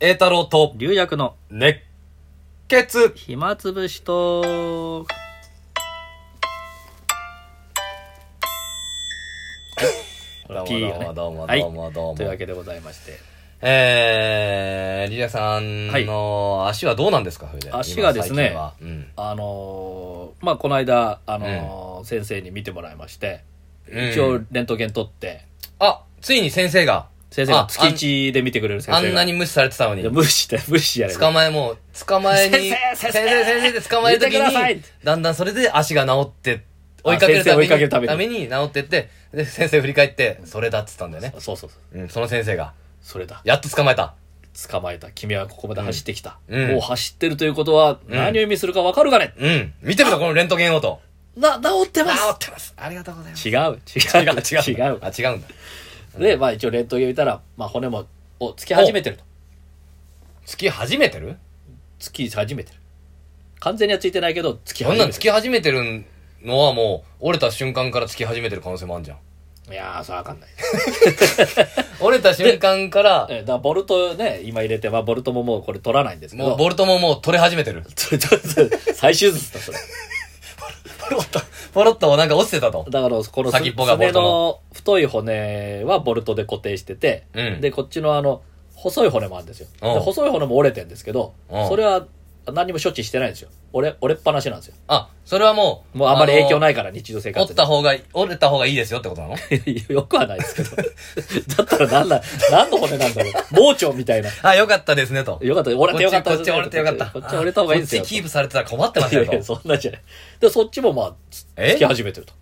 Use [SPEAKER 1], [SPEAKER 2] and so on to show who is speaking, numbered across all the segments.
[SPEAKER 1] 栄太郎と
[SPEAKER 2] 龍薬の
[SPEAKER 1] 熱血
[SPEAKER 2] 暇つぶしと、
[SPEAKER 1] どうも
[SPEAKER 2] ピーがね
[SPEAKER 1] どうも
[SPEAKER 2] はい
[SPEAKER 1] どうもどうも
[SPEAKER 2] と
[SPEAKER 1] どう
[SPEAKER 2] いうわ
[SPEAKER 1] も。
[SPEAKER 2] けでございまして。
[SPEAKER 1] えー、リリアさんの足はどうなんですか、それで
[SPEAKER 2] 足がですね
[SPEAKER 1] 今最近は
[SPEAKER 2] あのーまあ、この間、あのー先生に見てもらいまして、
[SPEAKER 1] うん
[SPEAKER 2] 一応レントゲン取って、
[SPEAKER 1] あ、ついに先生が、
[SPEAKER 2] 先生が
[SPEAKER 1] あ
[SPEAKER 2] 月一で見てくれる先
[SPEAKER 1] あ
[SPEAKER 2] 生が。
[SPEAKER 1] んなに無視されてたの
[SPEAKER 2] い
[SPEAKER 1] に
[SPEAKER 2] や、、無視して、 無視やれ。
[SPEAKER 1] 捕まえもう、捕まえに、
[SPEAKER 2] 先生先生
[SPEAKER 1] 先生って捕まえるとき
[SPEAKER 2] 言ってくださ
[SPEAKER 1] に
[SPEAKER 2] い、
[SPEAKER 1] だんだんそれで足が治って、追い
[SPEAKER 2] あ
[SPEAKER 1] かけるために、
[SPEAKER 2] 先生追いかけるために
[SPEAKER 1] 治ってって、で、先生振り返って、それだっつったんだよね。
[SPEAKER 2] そうそうそう。
[SPEAKER 1] うん、その先生が、
[SPEAKER 2] それだ。
[SPEAKER 1] やっと捕まえた。
[SPEAKER 2] 捕まえた。君はここまで走ってきた。
[SPEAKER 1] うん
[SPEAKER 2] もう走ってるということは、
[SPEAKER 1] ん
[SPEAKER 2] 何を意味するかわかるかね、
[SPEAKER 1] うん、見てみた、このレントゲンをと。
[SPEAKER 2] な、治ってま
[SPEAKER 1] 治
[SPEAKER 2] す
[SPEAKER 1] ってます。ありがとうございます。
[SPEAKER 2] 違う、違う、 違う。
[SPEAKER 1] あ、違うんだ。
[SPEAKER 2] で、まあ一応レントゲン見たら、まあ骨も、お、つき始めてると。
[SPEAKER 1] つき始めてる
[SPEAKER 2] つき始めてる。完全にはついてないけど、つき
[SPEAKER 1] こ
[SPEAKER 2] 始
[SPEAKER 1] んな
[SPEAKER 2] め
[SPEAKER 1] ん
[SPEAKER 2] て
[SPEAKER 1] つ
[SPEAKER 2] る。
[SPEAKER 1] き始めてるのはもう、折れた瞬間からつき始めてる可能性もあ るじゃん。
[SPEAKER 2] いやー、それわかんない。
[SPEAKER 1] 折れた瞬間から、
[SPEAKER 2] えだからボルトね、今入れて、まあボルトももうこれ取らないんですけど。
[SPEAKER 1] もうボルトももう取れ始めてる。
[SPEAKER 2] それそれそれ最終術だ、それ。
[SPEAKER 1] ポロッと、ポロッとなんか落ちてたと。
[SPEAKER 2] だから、このす
[SPEAKER 1] 先っぽがボル
[SPEAKER 2] すね
[SPEAKER 1] トの
[SPEAKER 2] の太い骨はボルトで固定してて、
[SPEAKER 1] うん
[SPEAKER 2] で、こっちのあの、細い骨もあるんですよ。
[SPEAKER 1] うん
[SPEAKER 2] で細い骨も折れてんですけど、
[SPEAKER 1] うん
[SPEAKER 2] それは何にも処置してないんですよ。折れ、折れっぱなしなんですよ。
[SPEAKER 1] あ、それはもう、。
[SPEAKER 2] もうあまり影響ないいから、日常生活
[SPEAKER 1] 折
[SPEAKER 2] に
[SPEAKER 1] った方が、折れた方がいいですよってことなの
[SPEAKER 2] い やよくはないですけど。 だったら何だ、何の骨なんだろう。盲腸みたいな。
[SPEAKER 1] あ、よかったですねと。
[SPEAKER 2] よかった、折れてよかった
[SPEAKER 1] こ
[SPEAKER 2] で
[SPEAKER 1] っ
[SPEAKER 2] す
[SPEAKER 1] ち
[SPEAKER 2] ね
[SPEAKER 1] こっち折れてよかった。
[SPEAKER 2] こっち折れた方がいいですよ。
[SPEAKER 1] こっちキープされてたら困ってま
[SPEAKER 2] い
[SPEAKER 1] す
[SPEAKER 2] や
[SPEAKER 1] よ
[SPEAKER 2] いや、
[SPEAKER 1] と。
[SPEAKER 2] そんなんじゃない。で、そっちもまあ、つ
[SPEAKER 1] え
[SPEAKER 2] つき始めてると。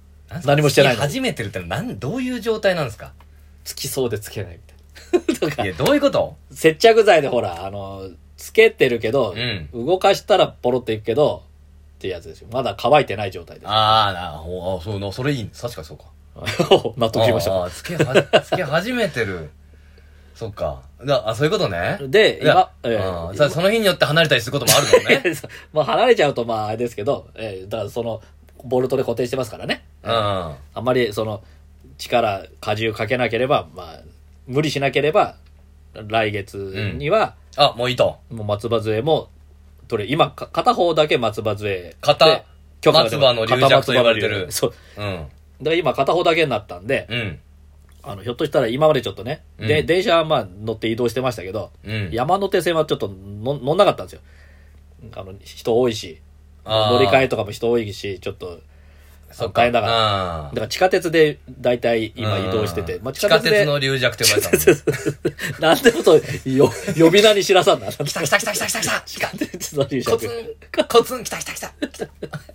[SPEAKER 2] 何もしてない
[SPEAKER 1] つ
[SPEAKER 2] の
[SPEAKER 1] き始めてるってのは何、どういう状態なんですか
[SPEAKER 2] つきそうでつけないみたいな。とか
[SPEAKER 1] いや、どういうこと
[SPEAKER 2] 接着剤でほら、あの、つけてるけど、
[SPEAKER 1] う
[SPEAKER 2] 動かしたらポロっていくけど、っていうやつですよ。まだ乾いてない状態で。
[SPEAKER 1] ああ、なほあ、そうな、それいいね。確かにそうか。
[SPEAKER 2] 納得しまし
[SPEAKER 1] あ
[SPEAKER 2] た。
[SPEAKER 1] あ、つけ は、つけ始めてる。そっか。だあ、そういうことね。
[SPEAKER 2] で、
[SPEAKER 1] いや
[SPEAKER 2] 今、えー
[SPEAKER 1] あーさその日によって離れたりすることもあるからね。
[SPEAKER 2] えそうまあ離れちゃうとまああれですけど、えーだからその、ボルトで固定してますからね。
[SPEAKER 1] うん。
[SPEAKER 2] あんまりその、力、荷重かけなければ、まあ、無理しなければ、来月には、
[SPEAKER 1] あ、もういいと。
[SPEAKER 2] もう松葉杖も、どれ、今、か片方だけ松葉杖。
[SPEAKER 1] 片
[SPEAKER 2] で許可が出
[SPEAKER 1] 松葉
[SPEAKER 2] ま
[SPEAKER 1] の
[SPEAKER 2] 片
[SPEAKER 1] 龍尺と呼ばれてる
[SPEAKER 2] 松葉の龍そ
[SPEAKER 1] う
[SPEAKER 2] う。
[SPEAKER 1] ん。
[SPEAKER 2] だから今片方だけになったんで、
[SPEAKER 1] うん。
[SPEAKER 2] あの、ひょっとしたら今までちょっとね、で、
[SPEAKER 1] うん
[SPEAKER 2] 電車はまあ乗って移動してましたけど、
[SPEAKER 1] うん。
[SPEAKER 2] 山手線はちょっとの乗んなかったんですよ。あの、人多いし、
[SPEAKER 1] あー
[SPEAKER 2] 乗り換えとかも人多いし、ちょっと、
[SPEAKER 1] そっ
[SPEAKER 2] 大
[SPEAKER 1] か。
[SPEAKER 2] 変だから
[SPEAKER 1] ら
[SPEAKER 2] だから地下鉄で大体今移動してて、
[SPEAKER 1] うん
[SPEAKER 2] まあ
[SPEAKER 1] 地下鉄
[SPEAKER 2] で
[SPEAKER 1] の流弱って呼ばれた の。
[SPEAKER 2] なんでもとよ呼び名に知らさんな。
[SPEAKER 1] 来た来た来た来た来た来た
[SPEAKER 2] 地下鉄の流
[SPEAKER 1] コ
[SPEAKER 2] 尺
[SPEAKER 1] ツ。ン、コツン、来た来た来た。来た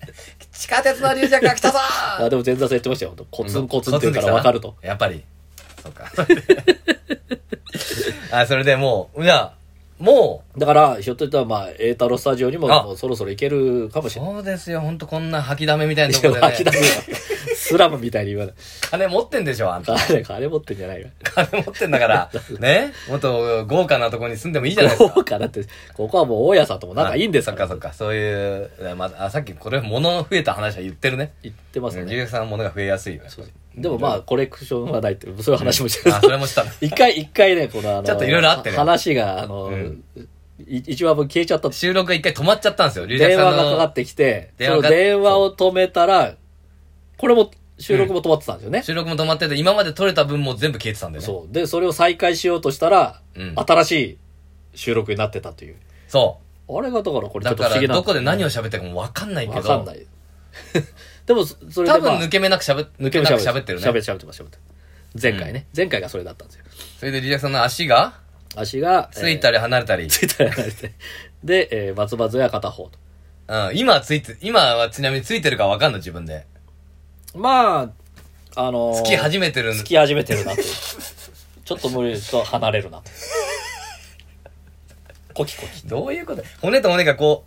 [SPEAKER 1] 地下鉄の流弱が来たぞ
[SPEAKER 2] あ、でも前座さん言ってましたよ。ほんとコツンコツンって言うから
[SPEAKER 1] コツン
[SPEAKER 2] わか
[SPEAKER 1] でき
[SPEAKER 2] る
[SPEAKER 1] たな
[SPEAKER 2] と。。
[SPEAKER 1] やっぱり。そうか。あ、それでもう、じゃあ、もう、
[SPEAKER 2] だから、ひょっとしたらまあ、栄太郎スタジオにも
[SPEAKER 1] あ
[SPEAKER 2] もうそろそろ行けるかもしれない。
[SPEAKER 1] そうですよ、ほんとこんな吐きだめみたいなとこ
[SPEAKER 2] い
[SPEAKER 1] ろ
[SPEAKER 2] や諦
[SPEAKER 1] で
[SPEAKER 2] め
[SPEAKER 1] ね。
[SPEAKER 2] ろスラムみたいに言わない。
[SPEAKER 1] 金持ってんでしょ、あんた。
[SPEAKER 2] 金、金持ってんじゃ ないよ。
[SPEAKER 1] 金持ってんだから、ね。もっと豪華なとこに住んでもいいじゃないですか。
[SPEAKER 2] そうかなって、ここはもう大家さんとも仲いいんです
[SPEAKER 1] あ
[SPEAKER 2] か
[SPEAKER 1] そっ
[SPEAKER 2] ら。
[SPEAKER 1] かそっか、そういう、まあ、あさっきこれ物の増えた話は言ってるね。
[SPEAKER 2] 言ってます
[SPEAKER 1] うん
[SPEAKER 2] ね。
[SPEAKER 1] リレクさんは物が増えやすいよ。やっぱり
[SPEAKER 2] でもまあ、コレクションはないって、そういう話もして
[SPEAKER 1] あ、それもしたね。
[SPEAKER 2] 一回、一回ね、このあの、
[SPEAKER 1] ちょっと色々あってね
[SPEAKER 2] 話が、あの、
[SPEAKER 1] ん
[SPEAKER 2] い一話分消えちゃった。
[SPEAKER 1] 収録が一回止まっちゃったんですよ、リレク
[SPEAKER 2] 電
[SPEAKER 1] さ
[SPEAKER 2] 話
[SPEAKER 1] ん
[SPEAKER 2] がかか
[SPEAKER 1] の
[SPEAKER 2] っ。てきて、そ
[SPEAKER 1] 電話
[SPEAKER 2] の
[SPEAKER 1] が
[SPEAKER 2] 電話を止めたら、これも、収録も止まってたんですよね。
[SPEAKER 1] 収録も止まってて、今まで撮れた分も全部消えてたんだよね。
[SPEAKER 2] そう。で、それを再開しようとしたら、
[SPEAKER 1] うん
[SPEAKER 2] 新しい収録になってたという。
[SPEAKER 1] そ
[SPEAKER 2] あれがだからこ
[SPEAKER 1] う。
[SPEAKER 2] れち
[SPEAKER 1] だ
[SPEAKER 2] ょっと
[SPEAKER 1] か
[SPEAKER 2] 不思議
[SPEAKER 1] ら、
[SPEAKER 2] な
[SPEAKER 1] ど
[SPEAKER 2] んですよ
[SPEAKER 1] こで何を喋ってるかもわかんないけ
[SPEAKER 2] わ
[SPEAKER 1] ど。
[SPEAKER 2] かんない。 でも、そそれ
[SPEAKER 1] 多
[SPEAKER 2] で、ま
[SPEAKER 1] 分
[SPEAKER 2] あ、
[SPEAKER 1] 抜け目なく喋っ、抜け目なく喋ってるね。
[SPEAKER 2] 喋って喋ってます、喋ってます前回ね、前回がそれだったんですよ。
[SPEAKER 1] それでリラさんの足が、
[SPEAKER 2] 足が、
[SPEAKER 1] つい
[SPEAKER 2] え
[SPEAKER 1] たり離れたり
[SPEAKER 2] ー。ついたり離れて。で、えー、松葉杖は片方と。
[SPEAKER 1] うん、今はついて、今はちなみについてるかわかんない自分で。
[SPEAKER 2] まあ、あのー、
[SPEAKER 1] つき始めてるん
[SPEAKER 2] つき始めてるなという。ちょっと無理と離れるなと。コキコキ。
[SPEAKER 1] どういうこと骨と骨がこ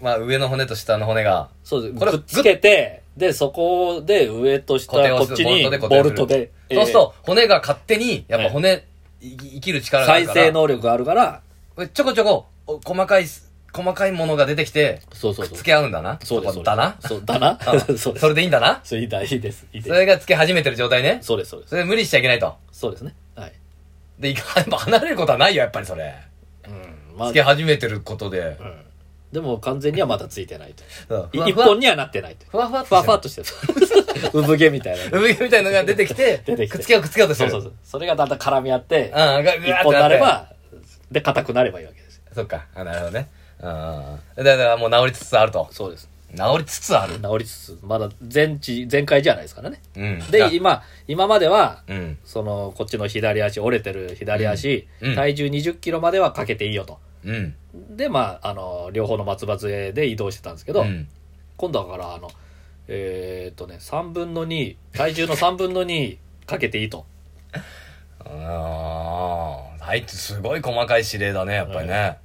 [SPEAKER 1] う、まあ上の骨と下の骨が、
[SPEAKER 2] そうです。
[SPEAKER 1] これ
[SPEAKER 2] くっつけて、で、そこで上と下、
[SPEAKER 1] 固定を
[SPEAKER 2] こ
[SPEAKER 1] する
[SPEAKER 2] っちに
[SPEAKER 1] ボルトで固定
[SPEAKER 2] ボ
[SPEAKER 1] する
[SPEAKER 2] ルトで。
[SPEAKER 1] そうすると骨が勝手に、やっぱ骨、い生きる
[SPEAKER 2] え
[SPEAKER 1] 力
[SPEAKER 2] ー
[SPEAKER 1] がある
[SPEAKER 2] 再
[SPEAKER 1] から。
[SPEAKER 2] 生能力があるから、
[SPEAKER 1] これちょこちょこ、お細かい、細かいものが出てきて、
[SPEAKER 2] そうそうそう。
[SPEAKER 1] 付け合うんだな。
[SPEAKER 2] そうです。
[SPEAKER 1] こ
[SPEAKER 2] そうです
[SPEAKER 1] だな。
[SPEAKER 2] そう、だな
[SPEAKER 1] う。ん
[SPEAKER 2] そうです。
[SPEAKER 1] それでいいんだな。
[SPEAKER 2] それいいだいいです。いい
[SPEAKER 1] そ
[SPEAKER 2] です。
[SPEAKER 1] れが付け始めてる状態ね。
[SPEAKER 2] そうです、そうです。
[SPEAKER 1] それで無理しちゃいけないと。
[SPEAKER 2] そうですね。はい。
[SPEAKER 1] で、いか離れることはないよ、やっぱりそれ。
[SPEAKER 2] うんまあ
[SPEAKER 1] つけ始めてることで。
[SPEAKER 2] うんでも完全にはまだついてないと
[SPEAKER 1] うん
[SPEAKER 2] い一本にはなってないと
[SPEAKER 1] ふわふわ
[SPEAKER 2] ふわふわっ
[SPEAKER 1] と
[SPEAKER 2] としてる 産毛み たいな
[SPEAKER 1] してる。海みたいなのが出てきて、
[SPEAKER 2] 出てきて
[SPEAKER 1] くっつけようくっつけようとして
[SPEAKER 2] そう
[SPEAKER 1] る。
[SPEAKER 2] そう
[SPEAKER 1] う
[SPEAKER 2] そうそれがだんだん絡み合って
[SPEAKER 1] ん、が
[SPEAKER 2] 一本になれ。ばで硬くなればいいわけですよ
[SPEAKER 1] そっか。あ、なるほどね。うんうんうん。だからもう治りつつあると。
[SPEAKER 2] そうです
[SPEAKER 1] 治りつつある。
[SPEAKER 2] 治りつつまだ全治全開じゃないですからね
[SPEAKER 1] うん。あ
[SPEAKER 2] で今今までは
[SPEAKER 1] うん。
[SPEAKER 2] そのこっちの左足折れてる左足、
[SPEAKER 1] うんうん
[SPEAKER 2] 体重2 0キロまではかけていいよと
[SPEAKER 1] うん。
[SPEAKER 2] でまああの両方の松葉杖で移動してたんですけど、
[SPEAKER 1] うん
[SPEAKER 2] 今度はだからあのえーっとね3分の2体重の3分の2かけていいと
[SPEAKER 1] ああ。はい、すごい細かい指令だね、やっぱりね。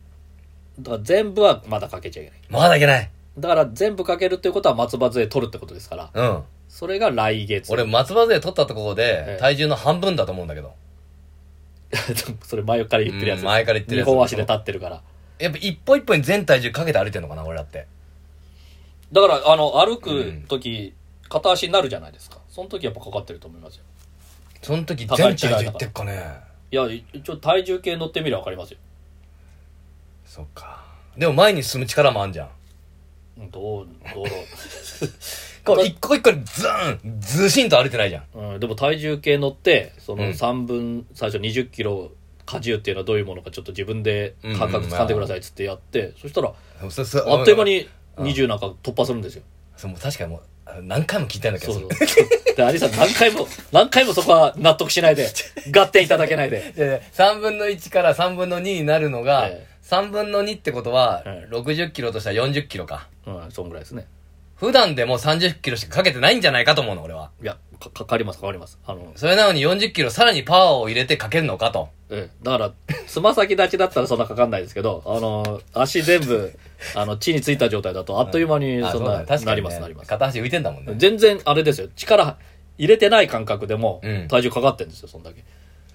[SPEAKER 2] だから全部はまだかけちゃいけない
[SPEAKER 1] まだいけない。
[SPEAKER 2] だから全部かけるっていうことは松葉杖取るってことですから
[SPEAKER 1] うん。
[SPEAKER 2] それが来月
[SPEAKER 1] 俺、松葉杖取ったところ
[SPEAKER 2] え
[SPEAKER 1] で
[SPEAKER 2] え、
[SPEAKER 1] 体重の半分だと思うんだけど。
[SPEAKER 2] それ前から言ってるや
[SPEAKER 1] う
[SPEAKER 2] つ
[SPEAKER 1] ん前から言ってるやつ
[SPEAKER 2] 二本足で立ってるから
[SPEAKER 1] やっぱ一歩一歩に全体重かけて歩いてんのかな、俺だって。
[SPEAKER 2] だからあの歩く時、片足になるじゃないですかその時やっぱかかってると思いますよ
[SPEAKER 1] その時、全体重いってっかね。
[SPEAKER 2] いやいちょっと体重計乗ってみりゃ分かりますよ、
[SPEAKER 1] そっか。でも前に進む力もあんじゃん。
[SPEAKER 2] うん、どうどうだろ
[SPEAKER 1] こう一個一個にズーンずしんと歩いてないじゃん。
[SPEAKER 2] う、うん、でも体重計乗ってそ
[SPEAKER 1] うん
[SPEAKER 2] の3分、最初2 0キロ荷重っていうのはどういうものかちょっと自分で感覚掴んでくださいっつってやって、そしたら
[SPEAKER 1] そそ
[SPEAKER 2] あっという間に20なんか突破するんですよ、
[SPEAKER 1] そうもう確かにもうあ何回も聞いたんだけど
[SPEAKER 2] そうそう でアリさん何回も何回もそこは納得しない で合点いただけないで
[SPEAKER 1] 3分の1から3分の2になるのが、
[SPEAKER 2] ええ
[SPEAKER 1] 3分の2ってことは、
[SPEAKER 2] ええ
[SPEAKER 1] 60キロとしたら40キロか
[SPEAKER 2] うんそんぐらいですね
[SPEAKER 1] 普段でも30キロしかかけてないんじゃないかと思うの俺はい
[SPEAKER 2] やかかかりますかかりますあの
[SPEAKER 1] それなのに40キロさらにパワーを入れてかけるのかと
[SPEAKER 2] ええ、だから、つま先立ちだったらそんなかかんないですけど、あの、足全部、 あの、地についた状態だと、あっという間に
[SPEAKER 1] あ
[SPEAKER 2] そん
[SPEAKER 1] う
[SPEAKER 2] な、
[SPEAKER 1] だね確かにね
[SPEAKER 2] なります、なります。
[SPEAKER 1] 片足浮いてんだもんね
[SPEAKER 2] 全然、あれですよ、力入れてない感覚でも
[SPEAKER 1] うん、
[SPEAKER 2] 体重かかってるんですよ、そんだけ。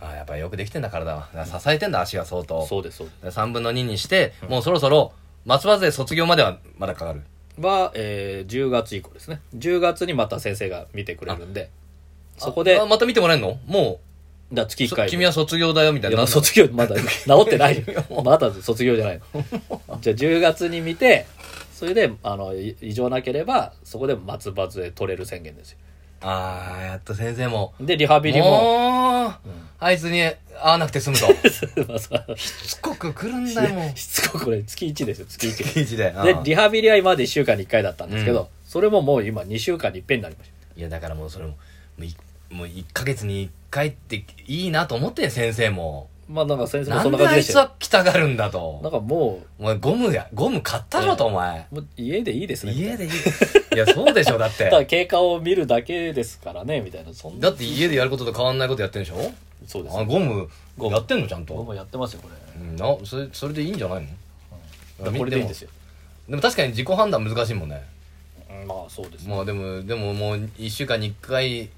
[SPEAKER 1] あやっぱりよくできてんだ体はだから支えてんだ足が相当
[SPEAKER 2] そうです、そうで
[SPEAKER 1] 3分の2にして、もうそろそろ松葉勢卒業まではまだかかる
[SPEAKER 2] す。は、えー、10月以降ですね。10月にまた先生が見てくれるんで、そこで、
[SPEAKER 1] あ
[SPEAKER 2] だか
[SPEAKER 1] また見てもらえるのも
[SPEAKER 2] ら月
[SPEAKER 1] う
[SPEAKER 2] 1回。
[SPEAKER 1] 君は卒業だよみたい
[SPEAKER 2] いや
[SPEAKER 1] な
[SPEAKER 2] まあ卒業、 まだ治ってない。まだ卒業じゃない の。じゃあ10月に見て、それで、あの、い異常なければ、そこで松葉杖取れる宣言ですよ。
[SPEAKER 1] ああやっと先生も
[SPEAKER 2] で、リハビリも、
[SPEAKER 1] もう、あいつに会わなくて済 むと。
[SPEAKER 2] まあさ
[SPEAKER 1] しつこく来るんだよ、もう。
[SPEAKER 2] しつこくこれ月1ですよ、月1。
[SPEAKER 1] 記事 で。
[SPEAKER 2] で
[SPEAKER 1] う、ん
[SPEAKER 2] リハビリは今まで1週間に1回だったんですけど、
[SPEAKER 1] うん
[SPEAKER 2] それももう今2週間に1遍になりまし
[SPEAKER 1] いや、だからもうそれも、もういもう1ヶ月に1回っていいなと思ってん先生も。
[SPEAKER 2] た。まあなんか先生も
[SPEAKER 1] な
[SPEAKER 2] そん
[SPEAKER 1] ん
[SPEAKER 2] な
[SPEAKER 1] であ
[SPEAKER 2] 感じで
[SPEAKER 1] い
[SPEAKER 2] し
[SPEAKER 1] つ
[SPEAKER 2] たよ。
[SPEAKER 1] は来たがるんだ
[SPEAKER 2] なん
[SPEAKER 1] と。
[SPEAKER 2] かも
[SPEAKER 1] お前、ゴムや、ゴム買ったろと、お前。
[SPEAKER 2] う、もう家でいいですね。み
[SPEAKER 1] 家
[SPEAKER 2] たいな
[SPEAKER 1] でいい。 いや、そうでしょ、だって
[SPEAKER 2] た。だ経過を見るだけですからね、みたいな。そんな
[SPEAKER 1] だって家でやることと変わんないことやってんでしょ
[SPEAKER 2] そうです
[SPEAKER 1] あ、。ゴム、
[SPEAKER 2] ゴム
[SPEAKER 1] やってんの、ちゃん
[SPEAKER 2] 僕
[SPEAKER 1] と。
[SPEAKER 2] もやってますよ、これ。
[SPEAKER 1] うんな、それ、それでいいんじゃないの
[SPEAKER 2] だからこれでいいんですよ。
[SPEAKER 1] でも確かに自己判断難しいもんね。
[SPEAKER 2] うんまあそうですね。
[SPEAKER 1] まあでもでももう1週間に1回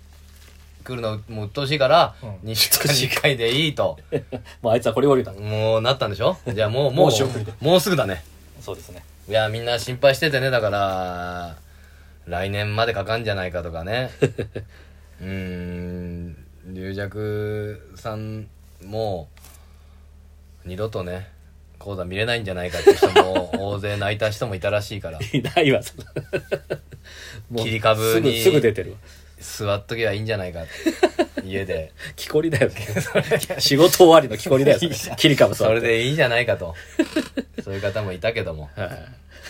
[SPEAKER 1] 来るのもう鬱陶しいから、
[SPEAKER 2] うん
[SPEAKER 1] 2週間に1回でいいと
[SPEAKER 2] まああいつはこれよりだ。
[SPEAKER 1] もうなったんでしょじゃあもうもう
[SPEAKER 2] もう仕送りで
[SPEAKER 1] もうすぐだね
[SPEAKER 2] そうです ね。
[SPEAKER 1] いやみんな心配しててねだから来年までかかんじゃないかとか ねうーん龍尺さんもう二度とね講座見れないんじゃないかって人も大勢泣いた人もいたらしいから
[SPEAKER 2] いないわ、そのもう
[SPEAKER 1] 切り株に
[SPEAKER 2] すぐ、すぐ出てるわ。
[SPEAKER 1] 座っとけばいいんじゃないかって家で。
[SPEAKER 2] 木こりだよね。 仕事終わりの木こりだよね。切り株さ。
[SPEAKER 1] それ。でいいじゃないかとそういう方もいたけども
[SPEAKER 2] はい。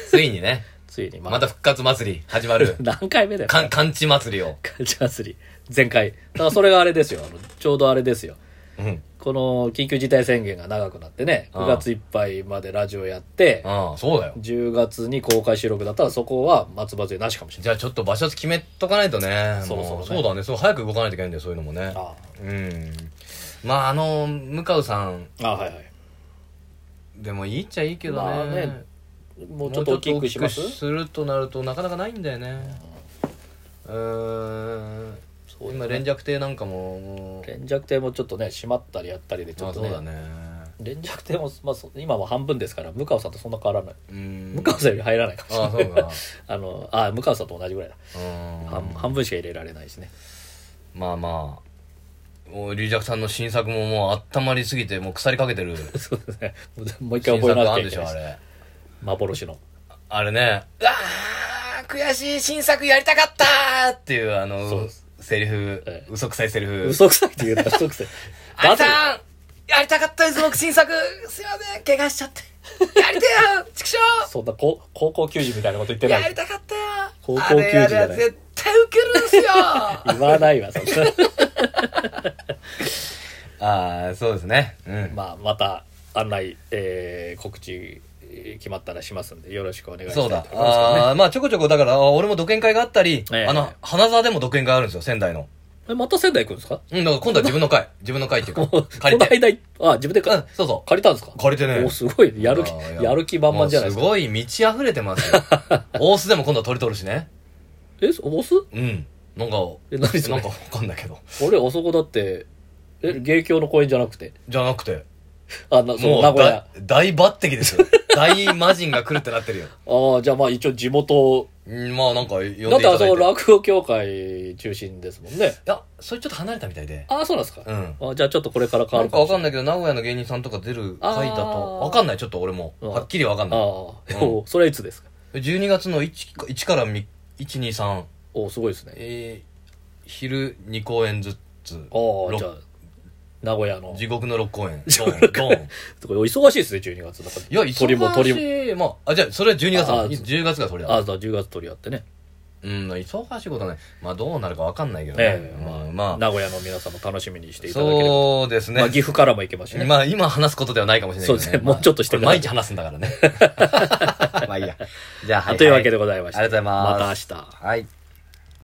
[SPEAKER 1] ついにね
[SPEAKER 2] ついに、
[SPEAKER 1] また復活祭り始ま る
[SPEAKER 2] 何回目だよ。
[SPEAKER 1] かん完治祭りを、
[SPEAKER 2] カルチャー3。前回。だからそれがあれですよ。あのちょうどあれですよ。
[SPEAKER 1] うん、うん
[SPEAKER 2] この緊急事態宣言が長くなってね、
[SPEAKER 1] うん
[SPEAKER 2] 9月いっぱいまでラジオやって、
[SPEAKER 1] そうだよ
[SPEAKER 2] 10月に公開収録だったらそこは松葉杖なしかもしれ
[SPEAKER 1] じゃあちょっと場所決めとかないとね
[SPEAKER 2] そろそ
[SPEAKER 1] も
[SPEAKER 2] ろね
[SPEAKER 1] うそうだねそう早く動かないといけないんだよそういうのもね
[SPEAKER 2] ない。あ
[SPEAKER 1] うんまああの向うさん
[SPEAKER 2] あ。ああはいはい。
[SPEAKER 1] でもいいっちゃいいけどね,、
[SPEAKER 2] まあねも
[SPEAKER 1] も
[SPEAKER 2] うちょっと大きくします
[SPEAKER 1] うちょっと大きくするとなるとなかなかないんだよねうーん
[SPEAKER 2] そう
[SPEAKER 1] 今連弱艇なんかももう
[SPEAKER 2] 連弱艇もちょっとね、閉まったりやったりでちょ
[SPEAKER 1] ま
[SPEAKER 2] っ
[SPEAKER 1] あ
[SPEAKER 2] と
[SPEAKER 1] そう。だ
[SPEAKER 2] ね
[SPEAKER 1] ね
[SPEAKER 2] 連弱艇も、まあ、そ今は半分ですから、向川さんとそんな変わらない。
[SPEAKER 1] うん
[SPEAKER 2] 向川さんより入らないかもしれ
[SPEAKER 1] あ
[SPEAKER 2] な
[SPEAKER 1] あ
[SPEAKER 2] い。
[SPEAKER 1] そうか
[SPEAKER 2] あの、あ、向川 さんと同じぐらいだ。
[SPEAKER 1] うん
[SPEAKER 2] 半半分しか入れられないしね。
[SPEAKER 1] まあまあもう龍尺さんの新作ももう温まりすぎてもう腐りかけてる
[SPEAKER 2] そうですね。もう一回
[SPEAKER 1] 新
[SPEAKER 2] 覚え
[SPEAKER 1] 作
[SPEAKER 2] なき
[SPEAKER 1] あ
[SPEAKER 2] ゃ
[SPEAKER 1] ん
[SPEAKER 2] い
[SPEAKER 1] でし
[SPEAKER 2] けな
[SPEAKER 1] ょ
[SPEAKER 2] い
[SPEAKER 1] あ
[SPEAKER 2] です。
[SPEAKER 1] れ
[SPEAKER 2] 幻の。
[SPEAKER 1] あれね「あー悔しい新作やりたかった!」っていうあ
[SPEAKER 2] そう
[SPEAKER 1] の
[SPEAKER 2] です
[SPEAKER 1] セリフ、
[SPEAKER 2] ええ
[SPEAKER 1] 嘘くさいセリフ
[SPEAKER 2] 嘘くさいって言うな、嘘くさい。
[SPEAKER 1] あ
[SPEAKER 2] だ
[SPEAKER 1] れ
[SPEAKER 2] って
[SPEAKER 1] さんやりたかったです僕新作すいません怪我しちゃってやりてえよ畜生
[SPEAKER 2] そんな高高校球児みたいなこと言ってない
[SPEAKER 1] や
[SPEAKER 2] で
[SPEAKER 1] りたかったよ
[SPEAKER 2] 高校
[SPEAKER 1] あれやりゃ
[SPEAKER 2] 球児じゃない
[SPEAKER 1] 絶対ウケるん すよあ
[SPEAKER 2] す。言わないわ、そんな。
[SPEAKER 1] あそうですねうん
[SPEAKER 2] まあ、また案内、えー告知えー決まったらしますんで、よろしくお願いした
[SPEAKER 1] そ
[SPEAKER 2] い
[SPEAKER 1] う
[SPEAKER 2] と思い
[SPEAKER 1] だ
[SPEAKER 2] ま。すけどね。
[SPEAKER 1] あーまあちょこちょこだから、あー俺も独演会があったり、
[SPEAKER 2] ええ
[SPEAKER 1] あの、花沢でも独演会あるんですよ、仙台の。
[SPEAKER 2] え、また仙台行くんですか
[SPEAKER 1] うん、だから今度は自分の会。自分の会っていうか、
[SPEAKER 2] こ
[SPEAKER 1] 借
[SPEAKER 2] の
[SPEAKER 1] りて。
[SPEAKER 2] 間、あ、自分で
[SPEAKER 1] う
[SPEAKER 2] か
[SPEAKER 1] ん、そうそ
[SPEAKER 2] 借りたんですか
[SPEAKER 1] う。借りてね
[SPEAKER 2] お、。すごい、やる気
[SPEAKER 1] あーい、
[SPEAKER 2] やる気満々じゃないですか。
[SPEAKER 1] もうすごい満ち溢れてます よ。大須でも今度は取り取るしね。
[SPEAKER 2] え、そお酢
[SPEAKER 1] うん。なんか、
[SPEAKER 2] え、何そ
[SPEAKER 1] なん
[SPEAKER 2] れ
[SPEAKER 1] かわかんないけど。
[SPEAKER 2] 俺、あそこだって、え、芸協の公演じゃなくて、
[SPEAKER 1] じゃなくて、
[SPEAKER 2] あ、なそ
[SPEAKER 1] も
[SPEAKER 2] の
[SPEAKER 1] う
[SPEAKER 2] 名古屋
[SPEAKER 1] だ。大抜擢ですよ。大魔人が来るってなってるよ。
[SPEAKER 2] ああ、じゃあまあ一応地元、
[SPEAKER 1] うんまあなんか呼んでい
[SPEAKER 2] だってあ
[SPEAKER 1] た
[SPEAKER 2] そ
[SPEAKER 1] だい
[SPEAKER 2] こ
[SPEAKER 1] て。い
[SPEAKER 2] 落語協会中心ですもんね。
[SPEAKER 1] や、それちょっと離れたみたいで。
[SPEAKER 2] ああ、そうなんですか。
[SPEAKER 1] うん。
[SPEAKER 2] あじゃあちょっとこれから変
[SPEAKER 1] な
[SPEAKER 2] わ
[SPEAKER 1] ん
[SPEAKER 2] る
[SPEAKER 1] か
[SPEAKER 2] か
[SPEAKER 1] わ
[SPEAKER 2] もし
[SPEAKER 1] か
[SPEAKER 2] れ
[SPEAKER 1] ん
[SPEAKER 2] な
[SPEAKER 1] な
[SPEAKER 2] い。
[SPEAKER 1] いけど、名古屋の芸人さんとか出る回だと、
[SPEAKER 2] あー
[SPEAKER 1] わかんない、ちょっと俺も。
[SPEAKER 2] うん
[SPEAKER 1] はっきりわかんな
[SPEAKER 2] あ
[SPEAKER 1] い。
[SPEAKER 2] あ、おそれはいつですか
[SPEAKER 1] 12月の 1, か1からみ1、2、3、
[SPEAKER 2] おすごいですね。
[SPEAKER 1] えー昼2公演ずつ、
[SPEAKER 2] あ
[SPEAKER 1] ろ
[SPEAKER 2] あ、じゃあ、名古屋の。
[SPEAKER 1] 地獄の6公演、ドン、ド ン。
[SPEAKER 2] とかお忙しいですね、12月。なんか
[SPEAKER 1] いや、
[SPEAKER 2] 鳥も鳥
[SPEAKER 1] 忙
[SPEAKER 2] も。
[SPEAKER 1] しい。まあ、あ、じゃあ、それは12月だ。
[SPEAKER 2] あー
[SPEAKER 1] 10月がそれ
[SPEAKER 2] あ
[SPEAKER 1] だ。
[SPEAKER 2] あ、そう10月鳥やってね。
[SPEAKER 1] うん、忙しいことはない。まあ、どうなるかわかんないけどね
[SPEAKER 2] え。え
[SPEAKER 1] うん
[SPEAKER 2] まあ、
[SPEAKER 1] まあ、
[SPEAKER 2] 名古屋の皆さんも楽しみにしていただければ。
[SPEAKER 1] そうです
[SPEAKER 2] まあ、
[SPEAKER 1] ね
[SPEAKER 2] 岐。阜からも行けますしね。
[SPEAKER 1] まあ、今話すことではないかもしれないけどね。
[SPEAKER 2] そうですね
[SPEAKER 1] まあ
[SPEAKER 2] もうちょっとして
[SPEAKER 1] こ
[SPEAKER 2] か
[SPEAKER 1] れ
[SPEAKER 2] ら
[SPEAKER 1] 毎日話すん だからね。まあいいや。じゃあ、はい。
[SPEAKER 2] というわけでございました。
[SPEAKER 1] ありがとうございます
[SPEAKER 2] また明日。
[SPEAKER 1] はい。はい。